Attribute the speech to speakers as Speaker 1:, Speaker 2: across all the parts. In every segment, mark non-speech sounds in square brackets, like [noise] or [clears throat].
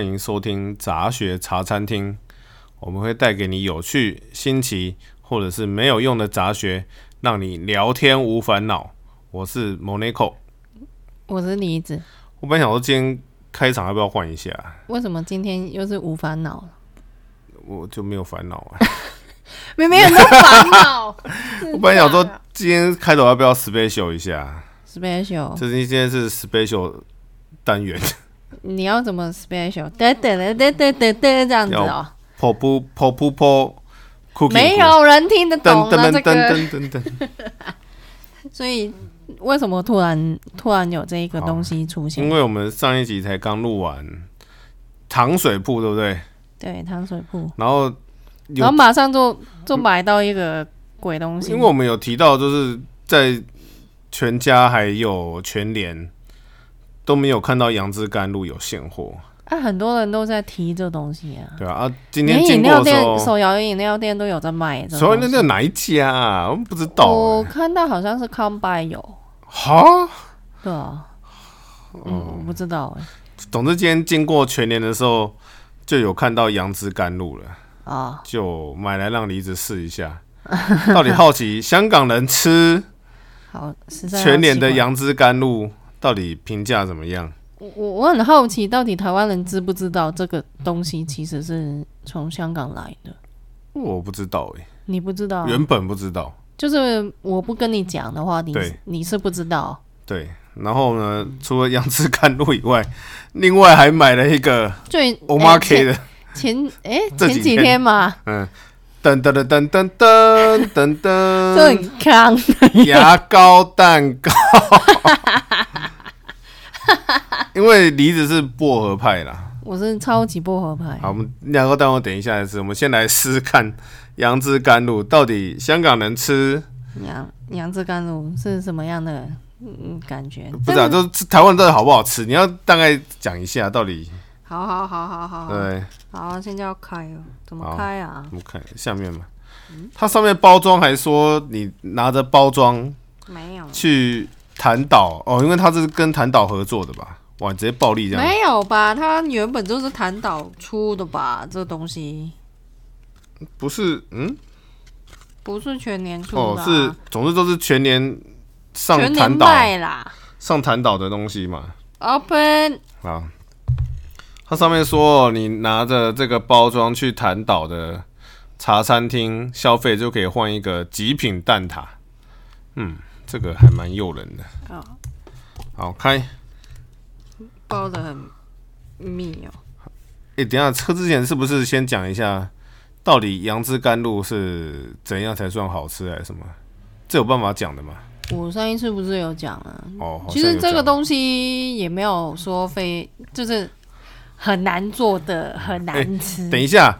Speaker 1: 迎收听杂学茶餐厅，我们会带给你有趣、新奇或者是没有用的杂学，让你聊天无烦恼。我是 Monaco，
Speaker 2: 我是梨子，
Speaker 1: 我本来想说今天开场要不要换一下，
Speaker 2: 为什么今天又是无烦恼了？
Speaker 1: 我就没有烦恼啊。
Speaker 2: 明 [laughs] 明很多烦恼。
Speaker 1: 我本来想说今天开头要不要 special 一下，
Speaker 2: special，
Speaker 1: 就是今天是 special 单
Speaker 2: [laughs]
Speaker 1: 元，
Speaker 2: 你要怎么 special？得得得得得得得这样子哦、
Speaker 1: 跑步跑步跑 cookie，
Speaker 2: 没有人听得懂
Speaker 1: 噔
Speaker 2: 了
Speaker 1: 噔
Speaker 2: 这
Speaker 1: 噔
Speaker 2: 个，
Speaker 1: 噔噔噔噔，
Speaker 2: 所以为什么突然突然有这一个东西出
Speaker 1: 因
Speaker 2: 现？
Speaker 1: 为我们上一集才刚录完糖水铺，对不对？
Speaker 2: 对，糖水铺，
Speaker 1: 然后有
Speaker 2: 然后马上就就买到一个鬼东西，
Speaker 1: 因为我们有提到，就是在全家还有全联都没有看到杨枝甘露有现货，
Speaker 2: 啊，很多人都在提这东西啊。
Speaker 1: 对啊，啊，今天
Speaker 2: 连饮
Speaker 1: 经过
Speaker 2: 料
Speaker 1: 的时
Speaker 2: 店、
Speaker 1: 候，
Speaker 2: 手摇饮料店都有在哦卖这种
Speaker 1: 所
Speaker 2: 东西。
Speaker 1: 以那叫哪一家啊？我们不知道
Speaker 2: 我
Speaker 1: 欸。
Speaker 2: 看到好像是康拜有，
Speaker 1: 好，
Speaker 2: 对啊，嗯，我不知道哎、
Speaker 1: 总之今天经过全联的时候，就有看到杨枝甘露了，哦
Speaker 2: 啊，
Speaker 1: 就买来让梨子试一
Speaker 2: [laughs]
Speaker 1: 下。到底好奇香港人吃
Speaker 2: 好，实在好
Speaker 1: 全联的
Speaker 2: 奇怪，
Speaker 1: 杨枝甘露到底评价怎么样？
Speaker 2: 我我我很好奇，到底台湾人知不知道这个东西其实是从香港来的？
Speaker 1: 我不知道哎、
Speaker 2: 你不知道啊，
Speaker 1: 原本不知道。
Speaker 2: 就是我不跟你讲的话，你
Speaker 1: 对
Speaker 2: 你是不知道
Speaker 1: 对，然后呢，除了杨枝甘露以外，另外还买了一个
Speaker 2: 最
Speaker 1: o m a k 的，
Speaker 2: 前哎、
Speaker 1: 这
Speaker 2: 前
Speaker 1: 几
Speaker 2: 几
Speaker 1: 天
Speaker 2: 天嘛，
Speaker 1: 嗯，噔噔噔噔噔噔
Speaker 2: 就
Speaker 1: 噔
Speaker 2: 很康，
Speaker 1: 噔，牙膏蛋糕。因为梨子是薄荷派啦，
Speaker 2: [laughs] 我是超级薄荷派
Speaker 1: 好，我们牙膏蛋糕等一下来吃，我们先来试试看杨枝甘露到底香港人吃
Speaker 2: 杨杨枝甘露是什么样的嗯感觉？
Speaker 1: 不是啊，就是台湾到底好不好吃？你要大概讲一下到底，
Speaker 2: 好好好好好好，
Speaker 1: 对。
Speaker 2: 好，现在要开哦，怎么
Speaker 1: 好
Speaker 2: 开啊？
Speaker 1: 我们看下面嘛，它上面包装还说你拿着包装
Speaker 2: 没有，
Speaker 1: 去弹岛哦，因为它是跟弹岛合作的吧？哇，你直接暴力这样，
Speaker 2: 没有吧？它原本就是弹岛出的吧？这东西
Speaker 1: 不是？嗯，
Speaker 2: 不是全年出
Speaker 1: 哦
Speaker 2: 的、，啊
Speaker 1: 是，总之都是全年上
Speaker 2: 全年
Speaker 1: 弹岛
Speaker 2: 卖啦。
Speaker 1: 上弹岛的东西嘛。
Speaker 2: Open，
Speaker 1: 啊，它上面说你拿着这个包装去弹岛的茶餐厅消费，就可以换一个极品蛋挞。嗯，这个还蛮诱人的。
Speaker 2: 哦，
Speaker 1: 好，开。
Speaker 2: 包的很密哦。
Speaker 1: 哎、等一下车之前是不是先讲一下，到底杨枝甘露是怎样才算好吃，还是什么？这有办法讲的吗？
Speaker 2: 我上一次不是有讲了，
Speaker 1: 哦，好像
Speaker 2: 嗯其实
Speaker 1: 有
Speaker 2: 这个
Speaker 1: 讲
Speaker 2: 东西也没有说非就是很难做的，很难吃。
Speaker 1: 哎等一下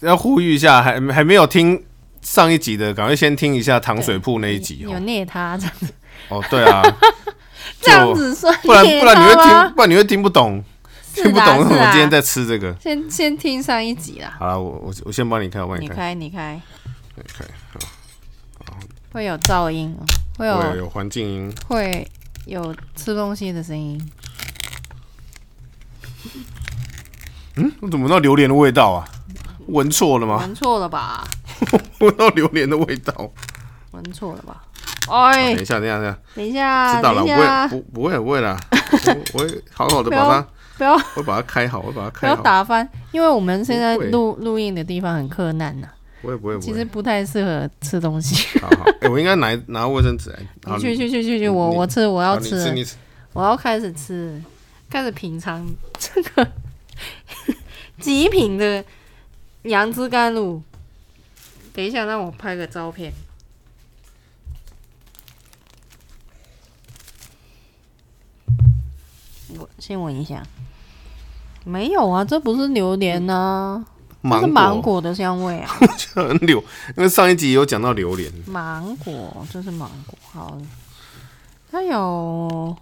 Speaker 1: 要呼吁一下，还还没有听上一集的，赶快先听一下糖水铺那一集
Speaker 2: 有
Speaker 1: 哦。
Speaker 2: 虐他这样子，
Speaker 1: 哦，对啊，
Speaker 2: [laughs] 这样子算
Speaker 1: 不然
Speaker 2: 虐
Speaker 1: 不然你会
Speaker 2: 他吗
Speaker 1: 听，不然你会听不懂，
Speaker 2: 是
Speaker 1: 听不
Speaker 2: 啦
Speaker 1: 懂为什
Speaker 2: 是啊
Speaker 1: 么
Speaker 2: 啦
Speaker 1: 今天在吃这个。
Speaker 2: 先先听上一集啦。
Speaker 1: 好了，我我我先帮你看，我帮你
Speaker 2: 你
Speaker 1: 看，
Speaker 2: 开，你开，
Speaker 1: 看
Speaker 2: 会有噪音哦，会
Speaker 1: 我
Speaker 2: 有
Speaker 1: 有有环境音，
Speaker 2: 会有吃东西的声音。
Speaker 1: 我怎么闻到榴莲的味道啊？闻错了吗？ [laughs]
Speaker 2: 闻错了吧？
Speaker 1: 闻到榴莲的味道。啊
Speaker 2: 闻错了吧？哎
Speaker 1: 等一，下，等一下，等一下。
Speaker 2: 等一下，
Speaker 1: 知道了，
Speaker 2: 等
Speaker 1: 我
Speaker 2: 一
Speaker 1: 不会，不不
Speaker 2: 下，啊
Speaker 1: 会，不会啦， [laughs] 我我会好好的把它，
Speaker 2: 不要
Speaker 1: 我会把它开好，我会把它
Speaker 2: 不
Speaker 1: 开
Speaker 2: 要
Speaker 1: 好，
Speaker 2: 打翻，因为我们现在
Speaker 1: 不会
Speaker 2: 录录音的地方很困难呐，
Speaker 1: 不会不会不
Speaker 2: 其实
Speaker 1: 会，
Speaker 2: 不太适合吃东西。
Speaker 1: 好好，哎，我应该拿拿卫生纸来，好
Speaker 2: 你 [laughs] 去去去去去，我
Speaker 1: 你
Speaker 2: 我吃，我要
Speaker 1: 好你吃，
Speaker 2: 吃，
Speaker 1: 你吃，
Speaker 2: 我要开始吃，开始品尝这个 [laughs] 极品的杨枝甘露。等一下，让我拍个照片。我先闻一下，没有啊，这不是榴莲呐、这是芒
Speaker 1: 芒，
Speaker 2: 果的香味啊，
Speaker 1: 我觉 [laughs] 得很榴，因为上一集有讲到榴莲，
Speaker 2: 芒果，这是芒果，好，它有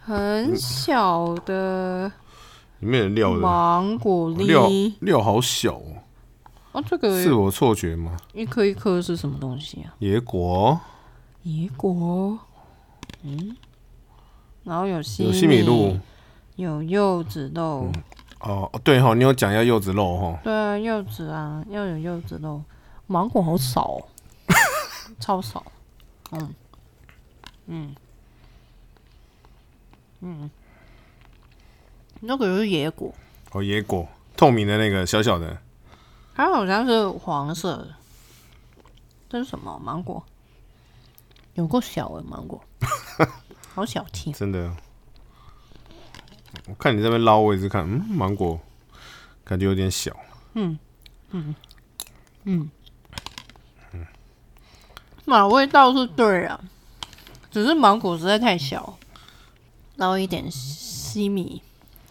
Speaker 2: 很小的
Speaker 1: 里面的料的
Speaker 2: 芒果
Speaker 1: 料
Speaker 2: 粒，
Speaker 1: 料好小哦，
Speaker 2: 哦，这
Speaker 1: 是
Speaker 2: 个
Speaker 1: 我错觉吗？
Speaker 2: 一颗一颗是什么东西啊？
Speaker 1: 野果
Speaker 2: 野果，嗯，然后有西
Speaker 1: 有西米露，
Speaker 2: 有柚子肉，
Speaker 1: 哦，对哈、你有讲要柚子肉哈、
Speaker 2: 对啊，柚子啊，要有柚子肉，芒果好少、 [laughs] 哦，超少。嗯，嗯，嗯，那个就是野果，
Speaker 1: 哦，野果，透明的那个小小的，
Speaker 2: 它好像是黄色的，这是什么芒果？有够小的芒果，好小气。
Speaker 1: 真的。我看你在那边捞，我也是看，嗯，芒果感觉有点小，
Speaker 2: 嘛，味道是对啊，只是芒果实在太小，捞一点西米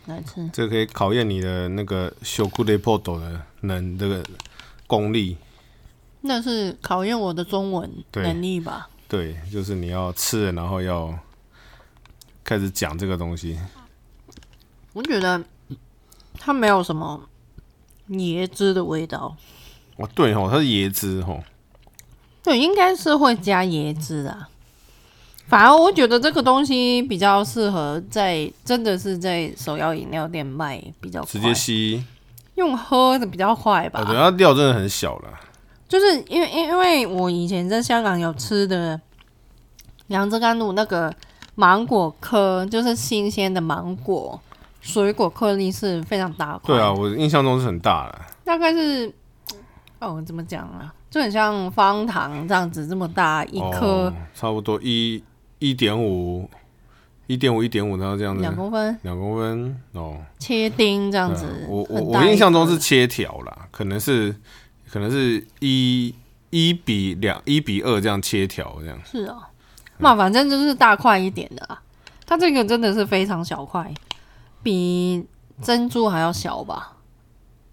Speaker 2: 来吃。
Speaker 1: 这可以考验你的那个修库雷破斗的能这个功力。
Speaker 2: 那是考验我的中文
Speaker 1: 对
Speaker 2: 能力吧？
Speaker 1: 对，就是你要吃了，然后要开始讲这个东西。
Speaker 2: 我觉得它没有什么椰汁的味道，
Speaker 1: 哦，对哦，它是椰汁哦，
Speaker 2: 对，应该是会加椰汁的啊。反而我觉得这个东西比较适合在真的是在手摇饮料店卖比较
Speaker 1: 直
Speaker 2: 快，
Speaker 1: 接吸。
Speaker 2: 用喝的比较快吧。
Speaker 1: 哦，对，它料真的很小了。
Speaker 2: 就是因为因因为我以前在香港有吃的杨枝甘露那个芒果颗，就是新鲜的芒果水果颗粒是非常大块，
Speaker 1: 对啊，，我印象中是很大了。
Speaker 2: 大概是哦怎么讲啊，就很像方糖这样子这么大一颗
Speaker 1: 哦、差不多一一点五，一点五一点五，然后这样子
Speaker 2: 两、公分，
Speaker 1: 两公分哦。
Speaker 2: 切丁这样子。
Speaker 1: 对啊我我
Speaker 2: 嗯很
Speaker 1: 我
Speaker 2: 大一
Speaker 1: 印象中
Speaker 2: 颗
Speaker 1: 是切条啦，可能是可能是一一比两一比二这样切条这样。
Speaker 2: 是哦，那反正就是大块一点的啦。它这个真的是非常小块，比珍珠还要小吧？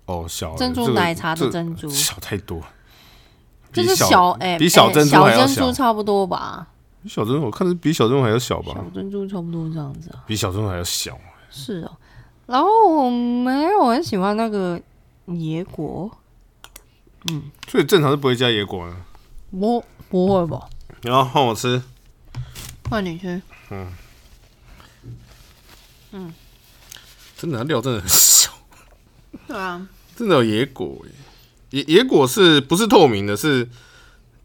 Speaker 1: 哦，小了
Speaker 2: [laughs] 珍
Speaker 1: 这
Speaker 2: 珠
Speaker 1: 个
Speaker 2: 奶茶
Speaker 1: 这
Speaker 2: 的
Speaker 1: 个
Speaker 2: 珍珠。
Speaker 1: 小太多，
Speaker 2: [laughs] 就是
Speaker 1: 比
Speaker 2: 小哎、
Speaker 1: 比
Speaker 2: 哎
Speaker 1: 小珍珠
Speaker 2: 小
Speaker 1: 还要
Speaker 2: 珍
Speaker 1: 小
Speaker 2: 珠。差不多吧，
Speaker 1: 小珍珠我看是比小珍珠还要小吧
Speaker 2: 小，珍珠差不多这样子啊。
Speaker 1: 比小珍珠还要小。
Speaker 2: 是哦，然后我没有很喜欢那个野果，
Speaker 1: 所以正常是不会加野果的。哦
Speaker 2: 不不会吧？
Speaker 1: 然后换我吃，
Speaker 2: 换你去，
Speaker 1: 真的它料真的很小，
Speaker 2: 对啊，
Speaker 1: 真的有野果耶野野果是不是透明的？是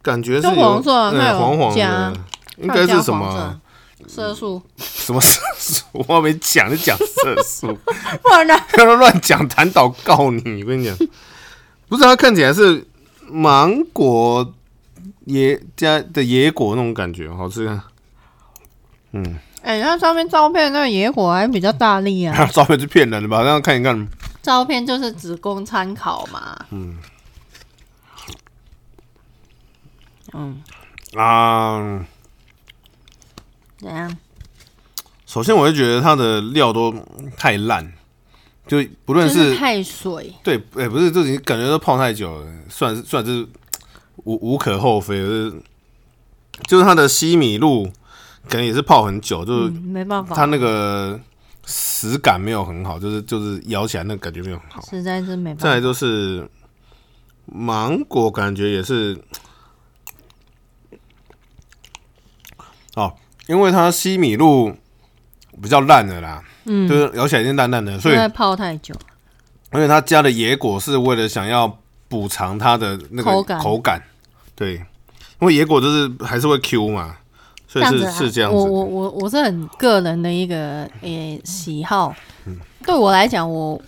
Speaker 1: 感觉是
Speaker 2: 就黄色啊
Speaker 1: 有
Speaker 2: 它
Speaker 1: 嗯
Speaker 2: 有
Speaker 1: 黄黄
Speaker 2: 加
Speaker 1: 的，应该是什么
Speaker 2: 它有加
Speaker 1: 啊
Speaker 2: 黄？色素，
Speaker 1: 什么色素？我还没讲，就讲色素，
Speaker 2: [laughs]
Speaker 1: [laughs]
Speaker 2: 不然呢？
Speaker 1: 不要乱讲，弹导告你！我跟你讲， [laughs] 不是它看起来是芒果野加的野果那种感觉，好吃啊！
Speaker 2: 哎、它上面照片那个野果还比较大力啊，
Speaker 1: [laughs] 照片是骗人的吧？让看一看，
Speaker 2: 照片就是只供参考嘛。嗯嗯，
Speaker 1: 啊，
Speaker 2: 怎样？
Speaker 1: 首先我就觉得它的料都太烂，就不论
Speaker 2: 就是
Speaker 1: 是
Speaker 2: 太水，
Speaker 1: 对，哎、不是，就已经感觉都泡太久了，算是算是无无可厚非，就是就是它的西米露可能也是泡很久，就是
Speaker 2: 嗯，没办法，
Speaker 1: 它那个实感没有很好，就是就是咬起来那个感觉没有很好。
Speaker 2: 实在是没办法。
Speaker 1: 再来就是芒果，感觉也是哦，因为它西米露比较烂的啦，
Speaker 2: 嗯
Speaker 1: 就是咬起来已经烂烂的，所以
Speaker 2: 因为泡太久，
Speaker 1: 因为它加的野果是为了想要补偿它的那个
Speaker 2: 口感
Speaker 1: 对，因为野果就是还是会 Q 嘛，所以
Speaker 2: 子、
Speaker 1: 是
Speaker 2: 啊、
Speaker 1: 是这样
Speaker 2: 我
Speaker 1: 子的。
Speaker 2: 我我我是很个人的一个呃喜好，对我来讲，我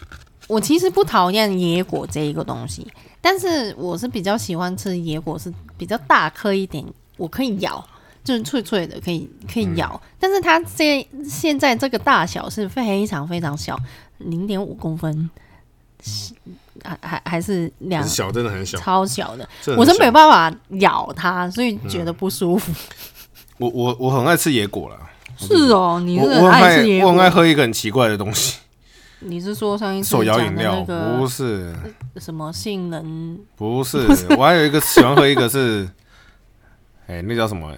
Speaker 2: 我其实不讨厌野果这一个东西，但是我是比较喜欢吃野果，是比较大颗一点，我可以咬。就是脆脆的，可以可
Speaker 1: 嗯
Speaker 2: 以咬，但是它这现在这个大小是非常非常小，零点五公分，是还还还是两
Speaker 1: 很小真的很小，
Speaker 2: 超小的，
Speaker 1: 真的很
Speaker 2: 我是
Speaker 1: 小
Speaker 2: 没办法咬它，所以觉得不舒服。
Speaker 1: 我我我很爱吃野果啦，
Speaker 2: 是哦，你
Speaker 1: 嗯我
Speaker 2: 是
Speaker 1: 我很
Speaker 2: 很爱
Speaker 1: 爱
Speaker 2: 吃野
Speaker 1: 我
Speaker 2: 果
Speaker 1: 很？爱喝一个很奇怪的东西，
Speaker 2: 你是说上一次
Speaker 1: 手摇
Speaker 2: 讲
Speaker 1: 饮
Speaker 2: 的
Speaker 1: 料，
Speaker 2: 那呃
Speaker 1: 不
Speaker 2: 个
Speaker 1: 是
Speaker 2: 什么杏仁？
Speaker 1: 不是，我还有一个喜欢喝一个是， [laughs] 哎、那叫什么？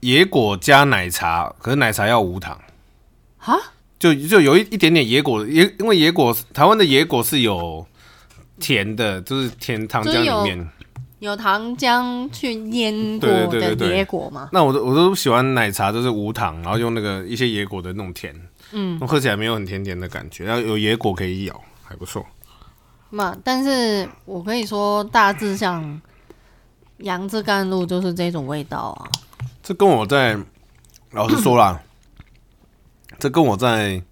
Speaker 1: 野果加奶茶，可是奶茶要无糖
Speaker 2: 啊？
Speaker 1: 就就有一一点点野果野，因为野果台湾的野果是有甜的，就是甜糖浆里面。
Speaker 2: 有糖浆去腌过
Speaker 1: 对对
Speaker 2: 的
Speaker 1: 对对对
Speaker 2: 野果吗？
Speaker 1: 那我都我都喜欢奶茶，就是无糖，然后用那个一些野果的那种甜，
Speaker 2: 嗯，
Speaker 1: 喝起来没有很甜甜的感觉，然后有野果可以咬。还不错。
Speaker 2: 嘛，但是我可以说大致上，杨枝甘露就是这种味道啊。
Speaker 1: 这跟我在老实说
Speaker 2: [clears throat]
Speaker 1: 啦，这跟我在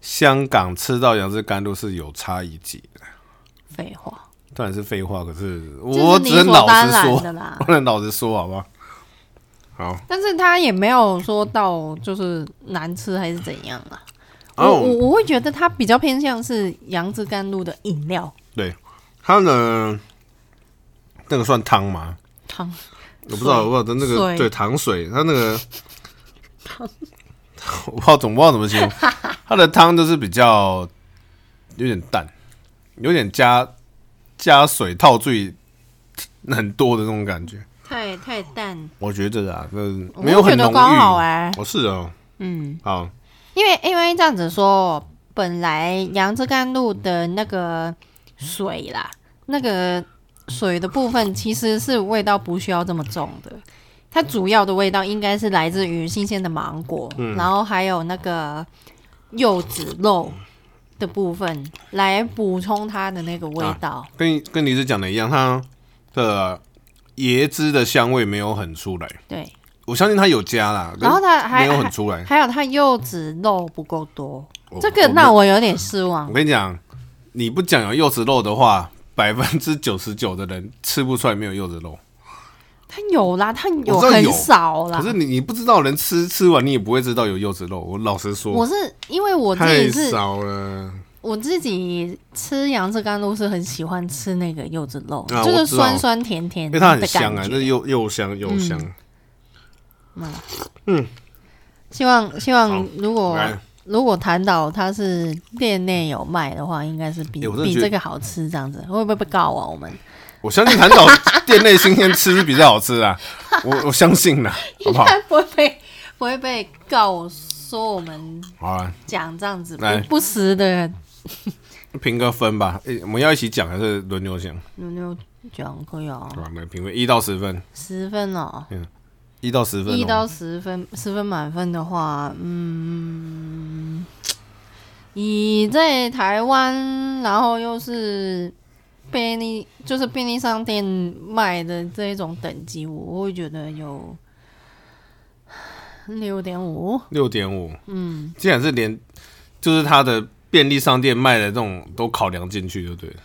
Speaker 1: 香港吃到杨枝甘露是有差异级的。
Speaker 2: 废话，
Speaker 1: 当然是废话，可是
Speaker 2: 这
Speaker 1: 我
Speaker 2: 是理
Speaker 1: 只能
Speaker 2: 所
Speaker 1: 老
Speaker 2: 当
Speaker 1: 实
Speaker 2: 然
Speaker 1: 说，
Speaker 2: 的啦
Speaker 1: 我。只能老实说，好 [laughs] 不好？好，
Speaker 2: 但是他也没有说到就是难吃还是怎样啊。
Speaker 1: 哦
Speaker 2: 我我我会觉得它比较偏向是杨枝甘露的饮料
Speaker 1: 它呢，那个算汤吗？
Speaker 2: 汤，
Speaker 1: 我不知道，我
Speaker 2: 水
Speaker 1: 不知道那个
Speaker 2: 水
Speaker 1: 对糖水，它那个 [laughs] 我不知道怎么不知道怎么形容，它的汤就是比较有点淡，有点加加水套最很多的那种感觉。
Speaker 2: 太太淡，
Speaker 1: 我觉得啊，就是
Speaker 2: 我
Speaker 1: 没有
Speaker 2: 会
Speaker 1: 很
Speaker 2: 觉
Speaker 1: 浓
Speaker 2: 得
Speaker 1: 郁。
Speaker 2: 刚好哎、
Speaker 1: 哦，是哦，
Speaker 2: 嗯。
Speaker 1: 好，
Speaker 2: 因为因为这样子说，本来杨枝甘露的那个水啦，那个水的部分其实是味道不需要这么重的，它主要的味道应该是来自于新鲜的芒果，
Speaker 1: 嗯
Speaker 2: 然后还有那个柚子肉的部分来补充它的那个味道。
Speaker 1: 跟你跟李子讲的一样，它的椰汁的香味没有很出来，
Speaker 2: 对，
Speaker 1: 我相信它有加啦，
Speaker 2: 然后它
Speaker 1: 但
Speaker 2: 还
Speaker 1: 没有很出来。
Speaker 2: 还有它柚子肉不够多，
Speaker 1: 哎我
Speaker 2: 这个
Speaker 1: 我没
Speaker 2: 让我有点失望
Speaker 1: 我。跟你讲，你不讲有柚子肉的话，百分之九十九的人吃不出来没有柚子肉。
Speaker 2: 它有啦，它有
Speaker 1: 我知道有
Speaker 2: 很少啦。
Speaker 1: 可是你你不知道，人吃吃完你也不会知道有柚子肉。我老实说，
Speaker 2: 我是因为我自
Speaker 1: 太
Speaker 2: 己是嗯
Speaker 1: 少了。
Speaker 2: 我自己吃杨枝甘露是很喜欢吃那个柚子肉，
Speaker 1: 啊
Speaker 2: 就
Speaker 1: 我
Speaker 2: 是
Speaker 1: 知道
Speaker 2: 酸酸甜甜
Speaker 1: 因
Speaker 2: 的
Speaker 1: 为
Speaker 2: 感
Speaker 1: 它
Speaker 2: 觉。嗯
Speaker 1: 很香啊，那柚柚香柚香。
Speaker 2: 希望希
Speaker 1: 好
Speaker 2: 望如果
Speaker 1: 来
Speaker 2: 如果谈到它是店内有卖的话，应该是比、
Speaker 1: 欸我真的
Speaker 2: 比
Speaker 1: 觉得
Speaker 2: 这个好吃，这样子会不会被告啊？我们
Speaker 1: 我相信韩
Speaker 2: [laughs]
Speaker 1: 岛店内新鲜吃是比较好吃啊，我我相信
Speaker 2: [laughs]
Speaker 1: 啦，好不好？
Speaker 2: 不会被不会被告说我们
Speaker 1: 好啊，
Speaker 2: 讲这样子不
Speaker 1: 来
Speaker 2: 不实的
Speaker 1: 评个分吧。诶、我们要一起讲还是轮流讲？
Speaker 2: 牛牛讲可以哦
Speaker 1: 好，吧，来评分一到十分，
Speaker 2: 十分哦。
Speaker 1: 一到十分、哦，
Speaker 2: 一到十分，十分满分的话，嗯，以在台湾，然后又是便利，就是便利商店卖的这一种等级，我会觉得有六点五。
Speaker 1: 六点五，嗯，竟然是连就是他的便利商店卖的这种都考量进去，就对了。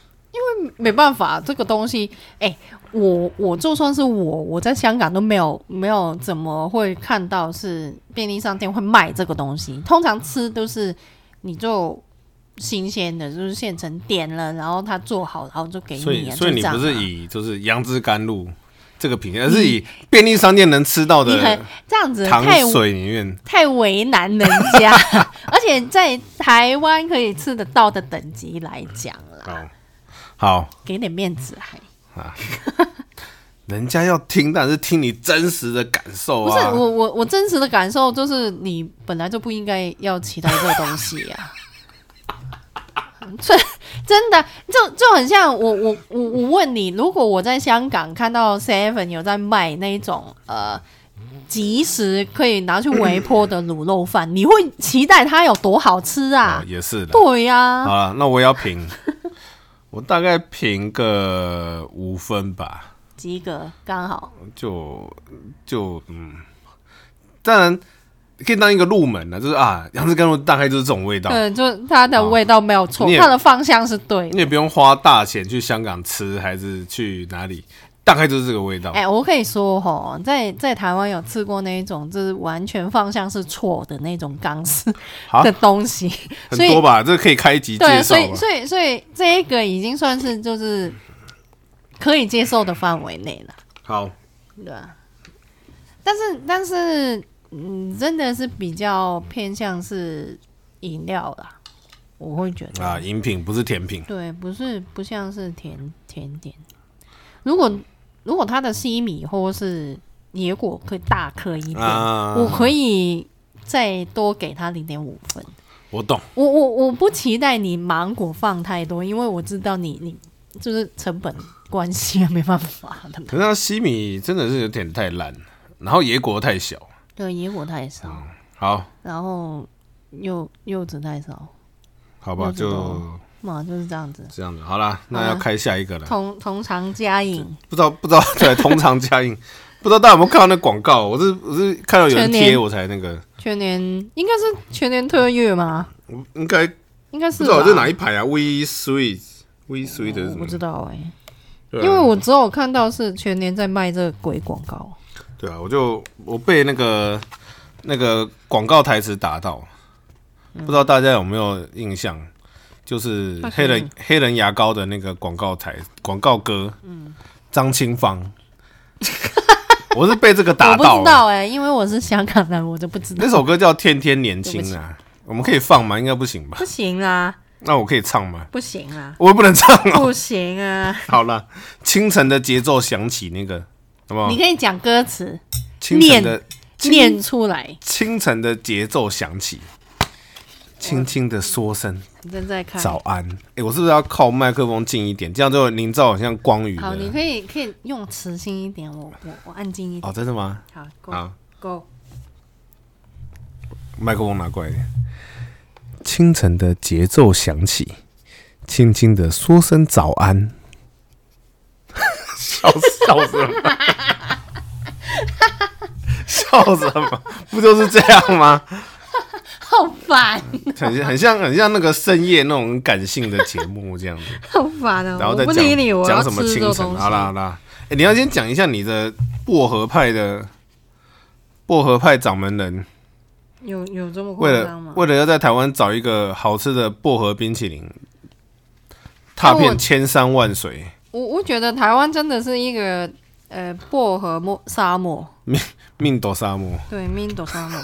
Speaker 2: 没办法，这个东西，哎、我我就算是我，我在香港都没有没有怎么会看到是便利商店会卖这个东西。通常吃都是你就新鲜的，就是现成点了，然后他做好，然后就给你啊。
Speaker 1: 所以，所以
Speaker 2: 就
Speaker 1: 你
Speaker 2: 这样
Speaker 1: 不是
Speaker 2: 啊
Speaker 1: 以就是杨枝甘露这个品，而是以便利商店能吃到
Speaker 2: 你很
Speaker 1: 的
Speaker 2: 这样子
Speaker 1: 糖
Speaker 2: 太
Speaker 1: 水里面，
Speaker 2: 太为难人家， [laughs] 而且在台湾可以吃得到的等级来讲啦，
Speaker 1: 好，哦好，
Speaker 2: 给点面子还。
Speaker 1: 人家要听，但是听你真实的感受
Speaker 2: 不是
Speaker 1: 啊。
Speaker 2: 我我我真实的感受就是，你本来就不应该要期待这个东西呀、 [laughs] 真真的就就很像我我我我问你，如果我在香港看到 Seven 有在卖那一种呃即食可以拿去微波的卤肉饭，你会期待它有多好吃啊
Speaker 1: 哦？也是的。
Speaker 2: 对呀、
Speaker 1: 好了，那我也要评，我大概评个五分吧。
Speaker 2: 及格刚好。
Speaker 1: 就就嗯，当然可以当一个入门的，就是啊，杨枝甘露大概就是这种味道，
Speaker 2: 对，就它的味道没有错
Speaker 1: 你，也
Speaker 2: 它的方向是对的
Speaker 1: 你。也不用花大钱去香港吃，还是去哪里，大概就是这个味道。
Speaker 2: 哎、我可以说吼，在在台湾有吃过那一种，就是完全方向是错的那种钢丝
Speaker 1: 好
Speaker 2: 的东西，
Speaker 1: 很
Speaker 2: 所以
Speaker 1: 多吧，这个可以开一集
Speaker 2: 对，
Speaker 1: 介
Speaker 2: 所
Speaker 1: 绍啊
Speaker 2: 以
Speaker 1: 吧。
Speaker 2: 所以所以这一个已经算是就是可以接受的范围内了，
Speaker 1: 好，
Speaker 2: 对吧？但是但是，嗯，真的是比较偏向是饮料啦，我会觉得
Speaker 1: 啊，饮品不是甜品，
Speaker 2: 对，不是不像是甜甜点。如果如果它的西米或是野果可以大颗一点，
Speaker 1: 啊
Speaker 2: 我可以再多给它零点五分。
Speaker 1: 我懂。
Speaker 2: 我我我不期待你芒果放太多，因为我知道你你就是成本关系啊，没办法的。
Speaker 1: 可是它西米真的是有点太烂，然后野果太小。
Speaker 2: [laughs] 对，野果太少，
Speaker 1: 嗯好，
Speaker 2: 然后柚柚子太少，
Speaker 1: 好吧，
Speaker 2: 我知道啊
Speaker 1: 就
Speaker 2: 嘛，就是这样子。
Speaker 1: 这样子好啦，那要开下一个了。
Speaker 2: 同同常加饮，
Speaker 1: 不知道不知道，对，同场加映， [laughs] 不知道大家有没有看到那广告？我是我是看到有人
Speaker 2: 全年
Speaker 1: 贴我才那个，
Speaker 2: 全年应该是全年特约吗？
Speaker 1: 我应该
Speaker 2: 应该
Speaker 1: 不
Speaker 2: 是
Speaker 1: 知道
Speaker 2: 吧
Speaker 1: 这哪一排啊？V Sweet V Sweet 是
Speaker 2: 我
Speaker 1: 什
Speaker 2: 不
Speaker 1: 么？
Speaker 2: 知道哎、
Speaker 1: 对啊
Speaker 2: 因为我只有看到是全年在卖这个鬼广告。
Speaker 1: 对啊，我就我被那个那个广告台词打到，
Speaker 2: 嗯
Speaker 1: 不知道大家有没有印象？就是
Speaker 2: 那是
Speaker 1: 黑人黑人牙膏的那个广告台广告歌，嗯，张清芳， [laughs] 我是被这个打
Speaker 2: 我不
Speaker 1: 到
Speaker 2: 知
Speaker 1: 了。
Speaker 2: 道哎、因为我是香港人，我就不知道
Speaker 1: 那。首歌叫《天天年轻》啊，我们可以放吗？应该不行吧？
Speaker 2: 不行啦，
Speaker 1: 那我可以唱吗？
Speaker 2: 不行 [coughs] 啦，
Speaker 1: 我也不能唱哦。
Speaker 2: 不行啊！
Speaker 1: [laughs] 好了，清晨的节奏响起，那个好不好
Speaker 2: 你？可以讲歌词，
Speaker 1: 清晨的清
Speaker 2: 念出来。
Speaker 1: 清晨的节奏响起，轻轻的说声
Speaker 2: 你正在看。
Speaker 1: 早安。哎、我是不是要靠麦克风近一点？这样就会营造好像光宇
Speaker 2: 好，你
Speaker 1: 的。
Speaker 2: 可以可以用磁性一点，我我我安静一点。
Speaker 1: 哦，真的吗？
Speaker 2: 好，Go
Speaker 1: 好，
Speaker 2: Go，
Speaker 1: 麦克风拿过来一点。清晨的节奏响起，轻轻的说声早安。 [laughs] 笑笑什么？ [laughs] 笑什么？不就是这样吗？
Speaker 2: 好烦，
Speaker 1: 很像很像很像那个深夜那种很感性的节目这样
Speaker 2: [laughs]
Speaker 1: 子，
Speaker 2: [laughs] 好烦哦！
Speaker 1: 然后
Speaker 2: 我
Speaker 1: 再
Speaker 2: 不
Speaker 1: 讲
Speaker 2: 理你，我
Speaker 1: 讲
Speaker 2: 要
Speaker 1: 什么
Speaker 2: 吃这
Speaker 1: 清
Speaker 2: 个
Speaker 1: 晨，
Speaker 2: 东西。
Speaker 1: 好啦好啦，哎、你要先讲一下你的薄荷派的薄荷派掌门人，
Speaker 2: 有有这么夸
Speaker 1: 为
Speaker 2: 张
Speaker 1: 了
Speaker 2: 吗？
Speaker 1: 为了要在台湾找一个好吃的薄荷冰淇淋，踏
Speaker 2: 那我
Speaker 1: 遍千山万水，
Speaker 2: 我我觉得台湾真的是一个呃薄荷漠沙漠，
Speaker 1: 命夺沙漠。
Speaker 2: 对 m i n d o 沙漠，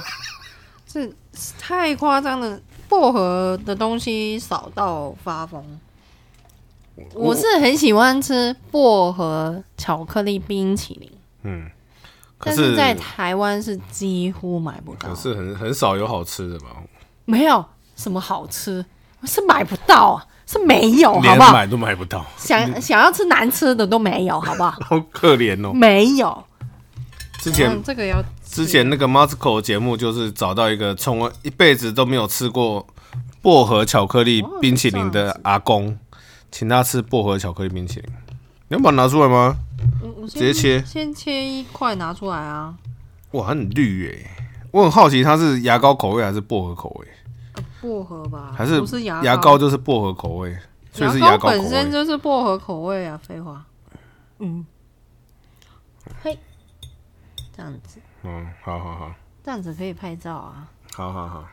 Speaker 2: 这是太夸张了。薄荷的东西少到发疯，我是很喜欢吃薄荷巧克力冰淇淋，
Speaker 1: 嗯，可
Speaker 2: 但
Speaker 1: 是
Speaker 2: 是在台湾是几乎买不到
Speaker 1: 可，是很很少有好吃的吧，
Speaker 2: 没有什么好吃，是买不到啊，是没有，好
Speaker 1: 连
Speaker 2: 不好？
Speaker 1: 买都买不到， [laughs]
Speaker 2: 想想要吃难吃的都没有，好不好？
Speaker 1: 好可怜哦。
Speaker 2: 没有，
Speaker 1: 之前
Speaker 2: 嗯这个要
Speaker 1: 之前那个 Masco 的节目就是找到一个从来一辈子都没有吃过薄荷巧克力冰淇淋
Speaker 2: 哦
Speaker 1: 的阿公，请他吃薄荷巧克力冰淇淋。你要把它拿出来吗？
Speaker 2: 我我
Speaker 1: 直接切
Speaker 2: 先切一块拿出来啊！
Speaker 1: 哇，它很绿耶！我很好奇它是牙膏口味还是薄荷口味，
Speaker 2: 呃薄荷吧，
Speaker 1: 还是
Speaker 2: 啊不是牙
Speaker 1: 牙膏就是薄荷口味，所以是
Speaker 2: 牙
Speaker 1: 膏口
Speaker 2: 本身
Speaker 1: 味。
Speaker 2: 就是薄荷口味啊，废话。嗯，嘿，这样子，
Speaker 1: 嗯，好好好，
Speaker 2: 这样子可以拍照啊。
Speaker 1: 好好好，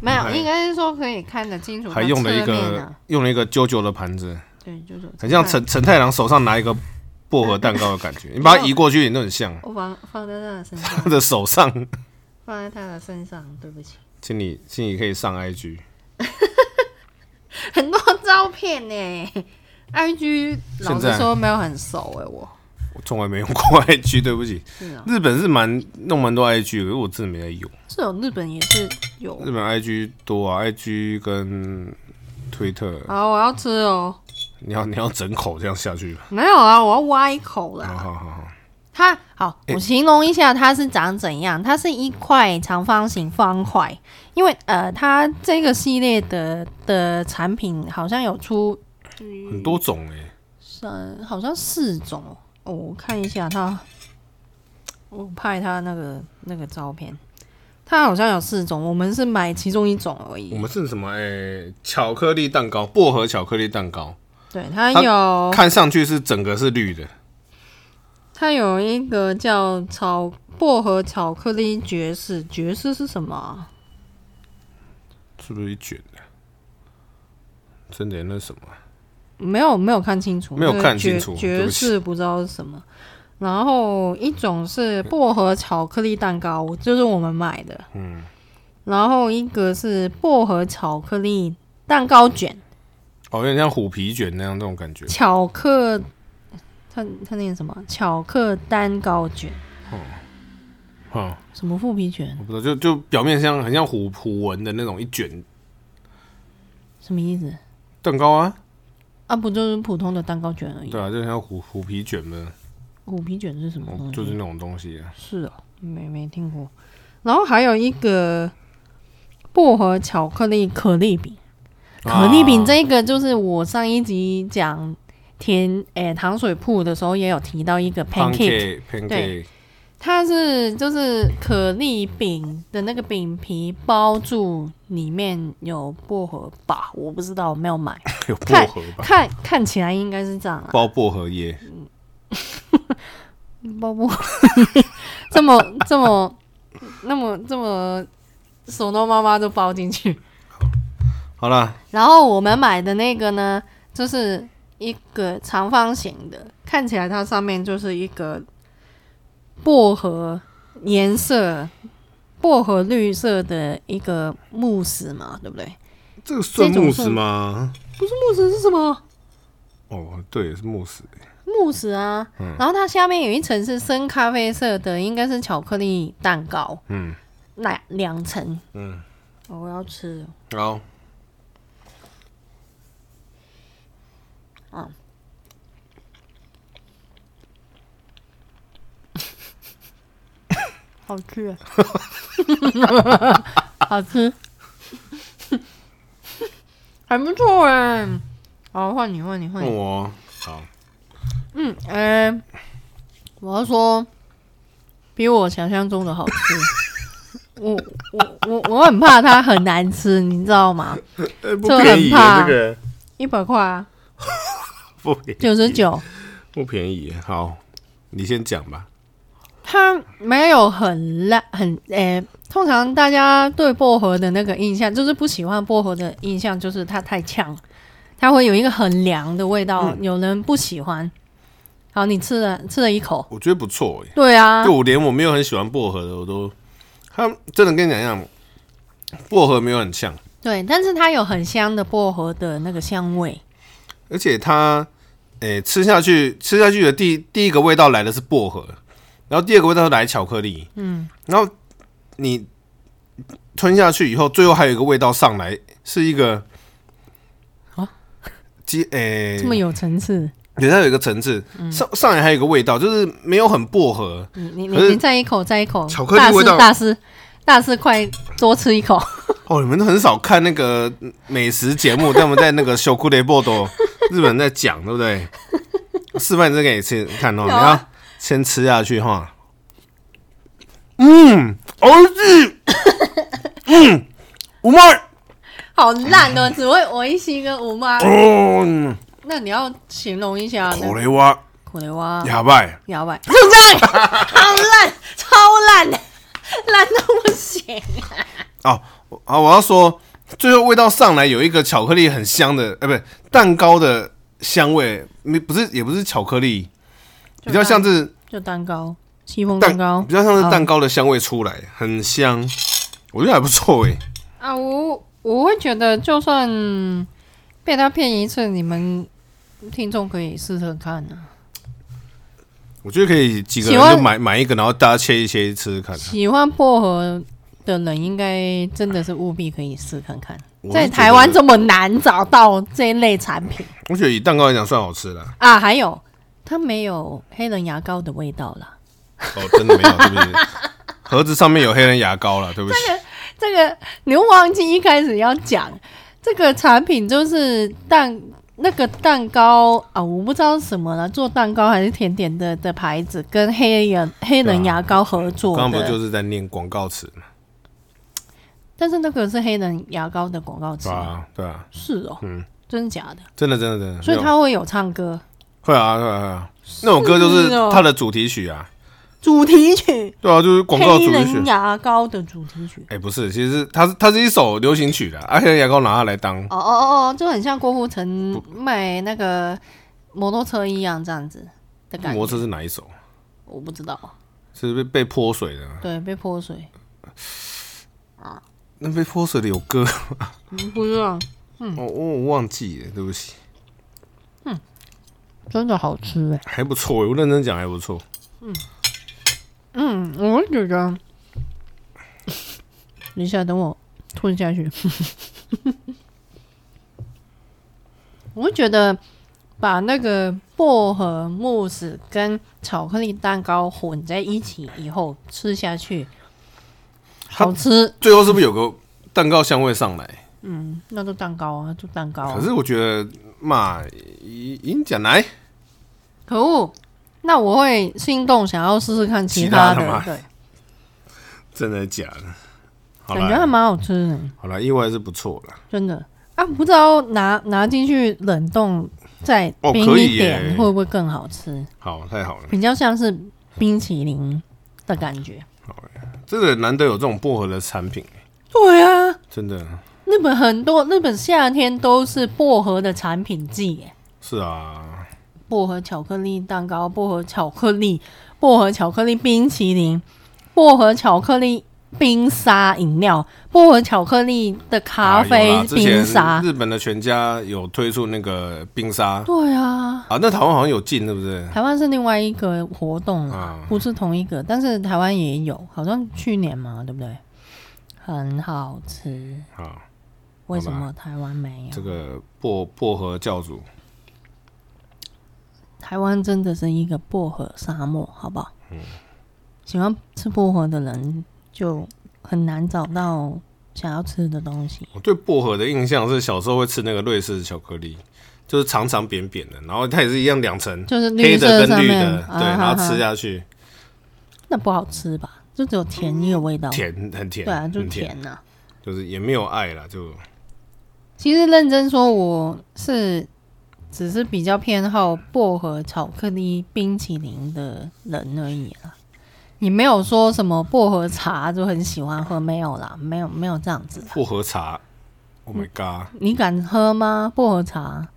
Speaker 2: 没有，
Speaker 1: 嗯还
Speaker 2: 应该是说可以看得清楚它
Speaker 1: 还用了一
Speaker 2: 侧面
Speaker 1: 个
Speaker 2: 啊
Speaker 1: 用了一个啾啾的盘子，
Speaker 2: 对，就是
Speaker 1: 很像陈陈太郎手上拿一个薄荷蛋糕的
Speaker 2: [laughs]
Speaker 1: 感觉。你把它移过去，你都很像
Speaker 2: 我放放在他的身
Speaker 1: 他
Speaker 2: 上，
Speaker 1: 的手上。
Speaker 2: 放在他的身上，对不起，
Speaker 1: 请你，请你可以上 IG，
Speaker 2: 很多照片呢。IG 老
Speaker 1: 现
Speaker 2: 实
Speaker 1: 在
Speaker 2: 说没有很熟哎，我
Speaker 1: 我从来没用过 IG，对不起。
Speaker 2: 是啊，
Speaker 1: 日本是蛮弄蛮多 IG，的可是我真的没在用。
Speaker 2: 这种日本也是有
Speaker 1: 日本 IG 多啊，IG 跟推特，
Speaker 2: 好，我要吃哦。
Speaker 1: 你要你要整口这样下去吧。
Speaker 2: 没有啊，我要挖一口
Speaker 1: 好
Speaker 2: 啦。
Speaker 1: 好好好，
Speaker 2: 它好，
Speaker 1: 欸
Speaker 2: 我形容一下它是长怎样。它是一块长方形方块，因为呃，它这个系列的的产品好像有出
Speaker 1: 很多种哎、
Speaker 2: 呃，好像四种哦。我看一下它，我拍它那个那个照片，它好像有四种，我们是买其中一种而
Speaker 1: 我
Speaker 2: 已。
Speaker 1: 们是什么哎、巧克力蛋糕，薄荷巧克力蛋糕，
Speaker 2: 对，它
Speaker 1: 它
Speaker 2: 有
Speaker 1: 看上去是整个是绿的，
Speaker 2: 它有一个叫草薄荷巧克力爵士，爵士是什么啊？
Speaker 1: 是不是一卷的？真的、那是什么？
Speaker 2: 没有没有看清楚，
Speaker 1: 没有看清楚
Speaker 2: 那
Speaker 1: 对
Speaker 2: 个爵
Speaker 1: 不
Speaker 2: 爵
Speaker 1: 起
Speaker 2: 士不知道是什么。然后一种是薄荷巧克力蛋糕，就是我们买的。嗯。然后一个是薄荷巧克力蛋糕卷，
Speaker 1: 哦，有点像虎皮卷那样那种感觉。
Speaker 2: 巧克，它它念什么？巧克蛋糕卷，
Speaker 1: 嗯，
Speaker 2: 什么腐皮卷？
Speaker 1: 我不知道，就就表面像很像虎虎纹的那种一卷
Speaker 2: 什么意思？
Speaker 1: 蛋糕啊，
Speaker 2: 啊，不就是普通的蛋糕卷而已
Speaker 1: 对。啊，就像虎虎皮卷嘛，哦
Speaker 2: 虎皮卷是什么东西？
Speaker 1: 就是那种东西啊。
Speaker 2: 是哦，没没听过。然后还有一个薄荷巧克力可丽饼，
Speaker 1: 啊
Speaker 2: 可丽饼这个就是我上一集讲甜诶、糖水铺的时候也有提到一个 pancake，
Speaker 1: pancake pancake
Speaker 2: 对它是就是可丽饼的那个饼皮包住里面有薄荷吧，我不知道我没有买，
Speaker 1: 有薄荷吧？
Speaker 2: 看看起来应该是这样啊，
Speaker 1: 包薄荷叶，
Speaker 2: 包 [laughs] 薄这么这么那么这么手动妈妈都包进去，
Speaker 1: 好啦，
Speaker 2: 然后我们买的那个呢，就是一个长方形的，看起来它上面就是一个薄荷颜色、薄荷绿色的一个慕斯嘛，对不对？
Speaker 1: 这个算
Speaker 2: 这种
Speaker 1: 慕斯
Speaker 2: 算
Speaker 1: 吗？
Speaker 2: 慕斯是什么？
Speaker 1: 哦，对，是慕斯。
Speaker 2: 慕斯啊，然后它下面有一层是深咖啡色的，应该是巧克力蛋糕，
Speaker 1: 嗯，
Speaker 2: 那两层。
Speaker 1: 嗯
Speaker 2: 哦，我要吃了。
Speaker 1: 好，
Speaker 2: 好吃， [laughs] 好吃， [laughs] 还不错哎。好，换你，换你，换你。
Speaker 1: 我好，
Speaker 2: 嗯，哎、我要说，比我想象中的好吃。我我我我很怕它很难吃，你知道吗？
Speaker 1: 呃，不
Speaker 2: 这
Speaker 1: 便
Speaker 2: 很
Speaker 1: 宜耶，
Speaker 2: 怕
Speaker 1: 这个
Speaker 2: 一百块啊，
Speaker 1: 不便宜
Speaker 2: 九十九，
Speaker 1: 不便宜耶。好，你先讲吧。
Speaker 2: 它没有很烂，很诶、通常大家对薄荷的那个印象，就是不喜欢薄荷的印象，就是它太呛，它会有一个很凉的味
Speaker 1: 嗯
Speaker 2: 道，有人不喜欢。好，你吃了吃了一口，
Speaker 1: 我觉得不错耶，
Speaker 2: 对啊
Speaker 1: 就，我连我没有很喜欢薄荷的，我都，他真的跟你讲一样，薄荷没有很呛，
Speaker 2: 对，但是它有很香的薄荷的那个香味，
Speaker 1: 而且它，诶、吃下去吃下去的第第一个味道来的是薄荷，然后第二个味道来巧克力，
Speaker 2: 嗯，
Speaker 1: 然后你吞下去以后，最后还有一个味道上来，是一个
Speaker 2: 啊，
Speaker 1: 鸡诶，
Speaker 2: 这么有层次。
Speaker 1: 对，它有一个层次，
Speaker 2: 嗯
Speaker 1: 上上来还有一个味道，就是没有很薄荷，
Speaker 2: 你你
Speaker 1: 可是
Speaker 2: 你你再一口，再一口，
Speaker 1: 巧克力味道
Speaker 2: 大师大师大师，快多吃一口。 [laughs]
Speaker 1: 哦，你们都很少看那个美食节目，但我们在
Speaker 2: [laughs]
Speaker 1: 那个小库雷波多，日本人在讲，对不对？示范这个给你吃看哦，你
Speaker 2: 有啊
Speaker 1: 要先吃下去哈。嗯，好吃，
Speaker 2: [laughs]
Speaker 1: 嗯，五毛
Speaker 2: 好烂哦，只会我一吸跟我妈。
Speaker 1: 哦，嗯
Speaker 2: 那你要形容一下那
Speaker 1: これは
Speaker 2: 苦雷蛙。
Speaker 1: やばい。
Speaker 2: 摇摆，混蛋， [laughs] 好烂，超烂， [laughs] 烂到不行。
Speaker 1: 哦，我啊，我要说，最后味道上来有一个巧克力很香的，呃，不是蛋糕的香味，没不是也不是巧克力， [laughs] 比较像是
Speaker 2: 就蛋糕，戚风蛋糕
Speaker 1: 比较像是蛋
Speaker 2: 糕
Speaker 1: 糕的香味出来，很香，我觉得还不错哎。
Speaker 2: 啊。我我会觉得，就算被他骗一次，你们听众可以试试看啊。
Speaker 1: 我觉得可以几个
Speaker 2: 喜
Speaker 1: 人
Speaker 2: 欢
Speaker 1: 就买买一个，然后大家切一切吃吃看。
Speaker 2: 喜欢薄荷的人，应该真的是务必可以试看看。
Speaker 1: 我是
Speaker 2: 在
Speaker 1: 觉得
Speaker 2: 台湾这么难找到这一类产品
Speaker 1: 我觉得以蛋糕来讲算好吃了。
Speaker 2: 啊，还有它没有黑人牙膏的味道啦。
Speaker 1: 哦，真的没有，对 [laughs] 不起。盒子上面有黑人牙膏了，对不起。
Speaker 2: 这个你又忘记一开始要讲这个产品就是蛋那个蛋糕啊，我不知道是什么了，做蛋糕还是甜点的的牌子跟黑人黑人牙膏合
Speaker 1: 我
Speaker 2: 作
Speaker 1: 刚刚不
Speaker 2: 的，
Speaker 1: 是就是在念广告词嘛？
Speaker 2: 但是那个是黑人牙膏的广告词
Speaker 1: 对，啊，对啊，
Speaker 2: 是哦，
Speaker 1: 嗯
Speaker 2: 真的假的？
Speaker 1: 真的真的真的。
Speaker 2: 所以
Speaker 1: 没有
Speaker 2: 他会有唱歌
Speaker 1: 会啊会啊会啊，那首歌就是
Speaker 2: 是哦
Speaker 1: 它的主题曲啊。
Speaker 2: 主题曲，
Speaker 1: 对啊，就是广告
Speaker 2: 黑
Speaker 1: 主题曲
Speaker 2: 人。牙膏的主题曲。
Speaker 1: 哎、不是，其实它是它是一首流行曲的，啊，黑人牙膏拿它来当
Speaker 2: 哦哦哦哦，就很像郭富城卖那个摩托车一样这样子的感
Speaker 1: 摩托
Speaker 2: 觉，
Speaker 1: 车嗯是哪一首？
Speaker 2: 我不知道。
Speaker 1: 是被被泼水的。
Speaker 2: 对，被泼水。
Speaker 1: 那被泼水的有歌，哦
Speaker 2: 不知道，嗯
Speaker 1: 我我忘记了，对不起，
Speaker 2: 真的好吃哎、
Speaker 1: 还不错，我认真讲还不错。
Speaker 2: 嗯，我觉得。等一下，等我吞下去。 [laughs] 我觉得把那个薄荷慕斯跟巧克力蛋糕混在一起以后吃下去，好吃。
Speaker 1: 最后是不是有个蛋糕香味上来？
Speaker 2: 嗯，那就蛋糕啊，就蛋糕、啊
Speaker 1: 可。是我觉得嘛，赢赢奖来，
Speaker 2: 可恶！那我会心动，想要试试看
Speaker 1: 其
Speaker 2: 他
Speaker 1: 他的嘛
Speaker 2: 对，
Speaker 1: 真的假的？好
Speaker 2: 感觉还
Speaker 1: 了，
Speaker 2: 蛮好吃的，
Speaker 1: 好了，意外是不错了。
Speaker 2: 真的啊！不知道拿拿进去冷冻再
Speaker 1: 哦
Speaker 2: 冰
Speaker 1: 可以
Speaker 2: 一点，
Speaker 1: 耶
Speaker 2: 会不会更好吃？
Speaker 1: 好，太好了，
Speaker 2: 比较像是冰淇淋的感觉。
Speaker 1: 这个难得有这种薄荷的产品，
Speaker 2: 对啊，
Speaker 1: 真的
Speaker 2: 日本很多日本夏天都是薄荷的产品季耶，
Speaker 1: 是啊，
Speaker 2: 薄荷巧克力蛋糕、薄荷巧克力、薄荷巧克力冰淇淋、薄荷巧克力冰沙饮料、薄荷巧克力的咖
Speaker 1: 啊有
Speaker 2: 啡
Speaker 1: 啦之前
Speaker 2: 冰沙。
Speaker 1: 日本的全家有推出那个冰沙
Speaker 2: 对啊，
Speaker 1: 啊，那台湾好像有进，对不对？
Speaker 2: 台湾是另外一个活动啦，
Speaker 1: 啊，
Speaker 2: 不是同一个，但是台湾也有，好像去年嘛，对不对？很好吃，
Speaker 1: 好，
Speaker 2: 为什么台湾没
Speaker 1: 啊这
Speaker 2: 有？
Speaker 1: 个薄薄荷教主，
Speaker 2: 台湾真的是一个薄荷沙漠，好不好？
Speaker 1: 嗯
Speaker 2: 喜欢吃薄荷的人就很难找到想要吃的东西。
Speaker 1: 我对薄荷的印象是小时候会吃那个瑞士巧克力，就是长长扁扁的，然后它也是一样两层，
Speaker 2: 就是
Speaker 1: 嗯黑
Speaker 2: 绿色
Speaker 1: 的
Speaker 2: 上
Speaker 1: 跟绿
Speaker 2: 面，
Speaker 1: 的，
Speaker 2: 啊
Speaker 1: 对，然后
Speaker 2: 哈哈
Speaker 1: 吃下去
Speaker 2: 那不好吃吧？就只有甜一个味道，
Speaker 1: 甜，很甜，
Speaker 2: 对啊，就
Speaker 1: 很甜，
Speaker 2: 甜呐、
Speaker 1: 就是也没有爱啦，就
Speaker 2: 其实认真说，我是只是比较偏好薄荷巧克力冰淇淋的人而已啦，也没有说什么薄荷茶就很喜欢喝，没有啦， [laughs] 没有没有这样子。
Speaker 1: 薄荷茶。Oh my god！
Speaker 2: 你敢喝吗？薄荷茶？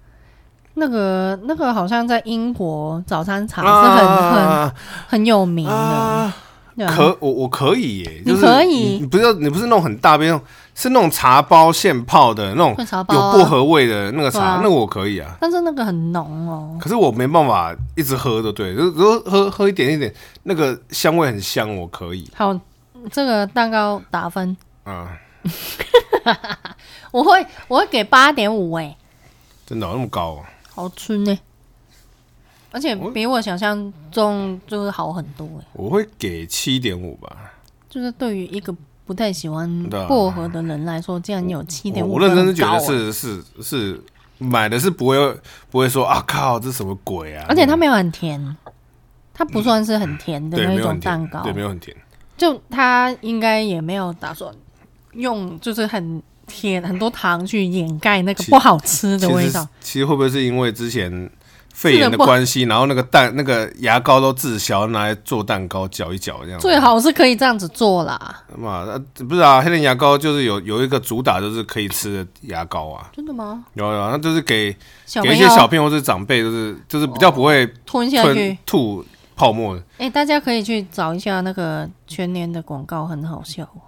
Speaker 2: 那个那个好像在英国早餐茶是很、
Speaker 1: 啊
Speaker 2: 很很有名的，
Speaker 1: 啊
Speaker 2: 对啊，
Speaker 1: 可我我可以耶，
Speaker 2: 你
Speaker 1: 就是
Speaker 2: 可以
Speaker 1: 你不是你不是那种很大杯，那种是那种茶包现泡的那种
Speaker 2: 会茶包、
Speaker 1: 有
Speaker 2: 啊、
Speaker 1: 薄荷味的那个
Speaker 2: 对
Speaker 1: 茶，
Speaker 2: 啊
Speaker 1: 那个我可以啊。
Speaker 2: 但是那个很浓哦，
Speaker 1: 可是我没办法一直喝的，对，就是如果喝喝一点一点，那个香味很香，我可以
Speaker 2: 好，这个蛋糕打分，
Speaker 1: 啊，
Speaker 2: [laughs] 我会我会给八点五哎，
Speaker 1: 真的哦、那么高、哦，
Speaker 2: 好吃呢、而且比我想象中就是好很多哎、
Speaker 1: 我会给七点五吧。
Speaker 2: 就是对于一个不太喜欢
Speaker 1: 对啊
Speaker 2: 薄荷的人来说，竟然有七点
Speaker 1: 我
Speaker 2: 五，欸
Speaker 1: 我认真是觉得，
Speaker 2: 啊
Speaker 1: 是是是买的是不会不会说啊靠，这什么鬼啊？
Speaker 2: 而且它没有很甜，它不算是很甜的
Speaker 1: 嗯对没
Speaker 2: 那
Speaker 1: 有
Speaker 2: 种
Speaker 1: 很
Speaker 2: 蛋
Speaker 1: 甜
Speaker 2: 糕，
Speaker 1: 对没有很甜，
Speaker 2: 就它应该也没有打算用就是很甜很多糖去掩盖那个
Speaker 1: 其
Speaker 2: 不好吃的
Speaker 1: 其
Speaker 2: 味
Speaker 1: 实
Speaker 2: 道。
Speaker 1: 其实会不会是因为之前肺炎
Speaker 2: 吃得
Speaker 1: 的
Speaker 2: 不好
Speaker 1: 关系，然后那个蛋那个牙膏都滞销，拿来做蛋糕搅一搅这样子。
Speaker 2: 最好是可以这样子做啦，
Speaker 1: 嘛、啊，不是啊，黑人牙膏就是有有一个主打就是可以吃的牙膏啊，
Speaker 2: 真的吗？
Speaker 1: 有有，那就是给
Speaker 2: 小
Speaker 1: 给
Speaker 2: 朋
Speaker 1: 一些
Speaker 2: 友
Speaker 1: 小朋友或者长辈，就是就是比较不会
Speaker 2: 吞下去
Speaker 1: 吞。吐泡沫的，
Speaker 2: 哎、大家可以去找一下那个全年的广告，很好笑哦。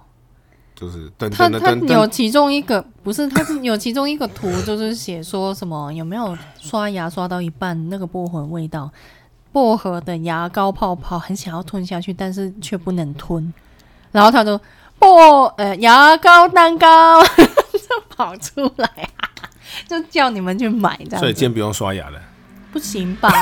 Speaker 1: 就是等
Speaker 2: 他
Speaker 1: 等等
Speaker 2: 他
Speaker 1: 等
Speaker 2: 有
Speaker 1: 等，
Speaker 2: 其中一个不是，他是有其中一个图，就是写说什么有没有刷牙刷到一半那个薄荷味道，薄荷的牙膏泡泡很想要吞下去，但是却不能吞，然后他就薄呃牙膏蛋糕 [laughs] 就跑出来、啊，就叫你们去买这样
Speaker 1: 所以
Speaker 2: 子。
Speaker 1: 今天不用刷牙了。
Speaker 2: 不
Speaker 1: [laughs]
Speaker 2: 行吧？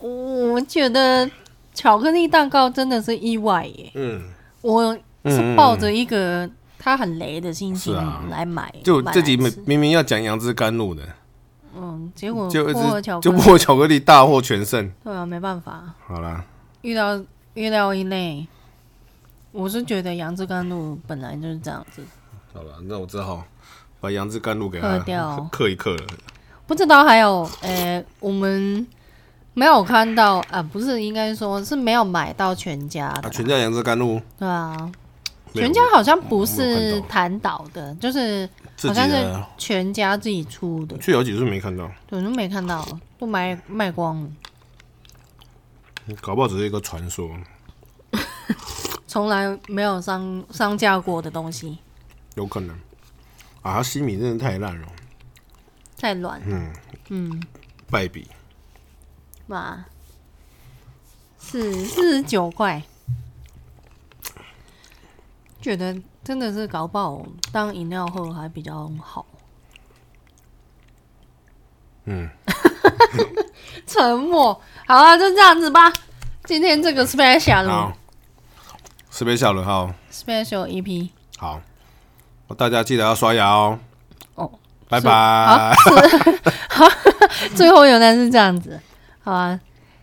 Speaker 2: 我觉得巧克力蛋糕真的是意外耶，
Speaker 1: 嗯，
Speaker 2: 我是抱着一个它很雷的心情
Speaker 1: 是啊
Speaker 2: 来买，
Speaker 1: 就
Speaker 2: 买来
Speaker 1: 自己明
Speaker 2: 吃
Speaker 1: 明明要讲杨枝甘露的，
Speaker 2: 嗯，结果
Speaker 1: 就一
Speaker 2: 薄荷
Speaker 1: 直
Speaker 2: 巧克
Speaker 1: 就
Speaker 2: 力，
Speaker 1: 薄荷巧克力大获全胜。
Speaker 2: 对啊，没办法，
Speaker 1: 好啦，
Speaker 2: 遇到预料以内。我是觉得杨枝甘露本来就是这样子，
Speaker 1: 好了，那我只好把杨枝甘露给
Speaker 2: 喝
Speaker 1: 它
Speaker 2: 掉
Speaker 1: 克一克了。
Speaker 2: 不知道还有，呃、我们没有看到啊，不是应该说是没有买到全家的
Speaker 1: 啊，，全家杨枝甘露，
Speaker 2: 对啊，
Speaker 1: 没有
Speaker 2: 全家好像不
Speaker 1: 我没有
Speaker 2: 是
Speaker 1: 看到
Speaker 2: 弹岛的，就是
Speaker 1: 自
Speaker 2: 好
Speaker 1: 己
Speaker 2: 像
Speaker 1: 的
Speaker 2: 是全家自己出的，
Speaker 1: 去有几次没看到，
Speaker 2: 对，我都没看到，都卖卖光了，
Speaker 1: 搞不好只是一个传说。
Speaker 2: 从来没有上上架过的东西，
Speaker 1: 有可能啊，他西米真的太烂了，
Speaker 2: 太软，
Speaker 1: 嗯
Speaker 2: 嗯，
Speaker 1: 败笔。
Speaker 2: 哇，是四十九块，觉得真的是搞不好当饮料喝还比较好，
Speaker 1: 嗯，
Speaker 2: [laughs] 沉默，好啊，就这样子吧，今天这个 special
Speaker 1: 好，是被笑了哈。
Speaker 2: special E EP。
Speaker 1: 好，大家记得要刷牙哦。
Speaker 2: 哦，
Speaker 1: 拜
Speaker 2: 是
Speaker 1: 拜，
Speaker 2: 最后原来是这样子，好啊，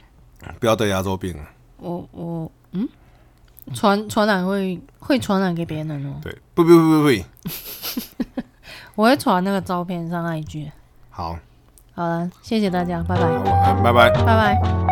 Speaker 1: [laughs] 不要得牙周病啊。
Speaker 2: 我我嗯，传传染会会传染给别人哦，
Speaker 1: 对，不不不不不，
Speaker 2: 我会传那个照片上 IG。
Speaker 1: 好，
Speaker 2: 好了，谢谢大家，拜拜，
Speaker 1: 晚安，拜拜。
Speaker 2: 拜拜。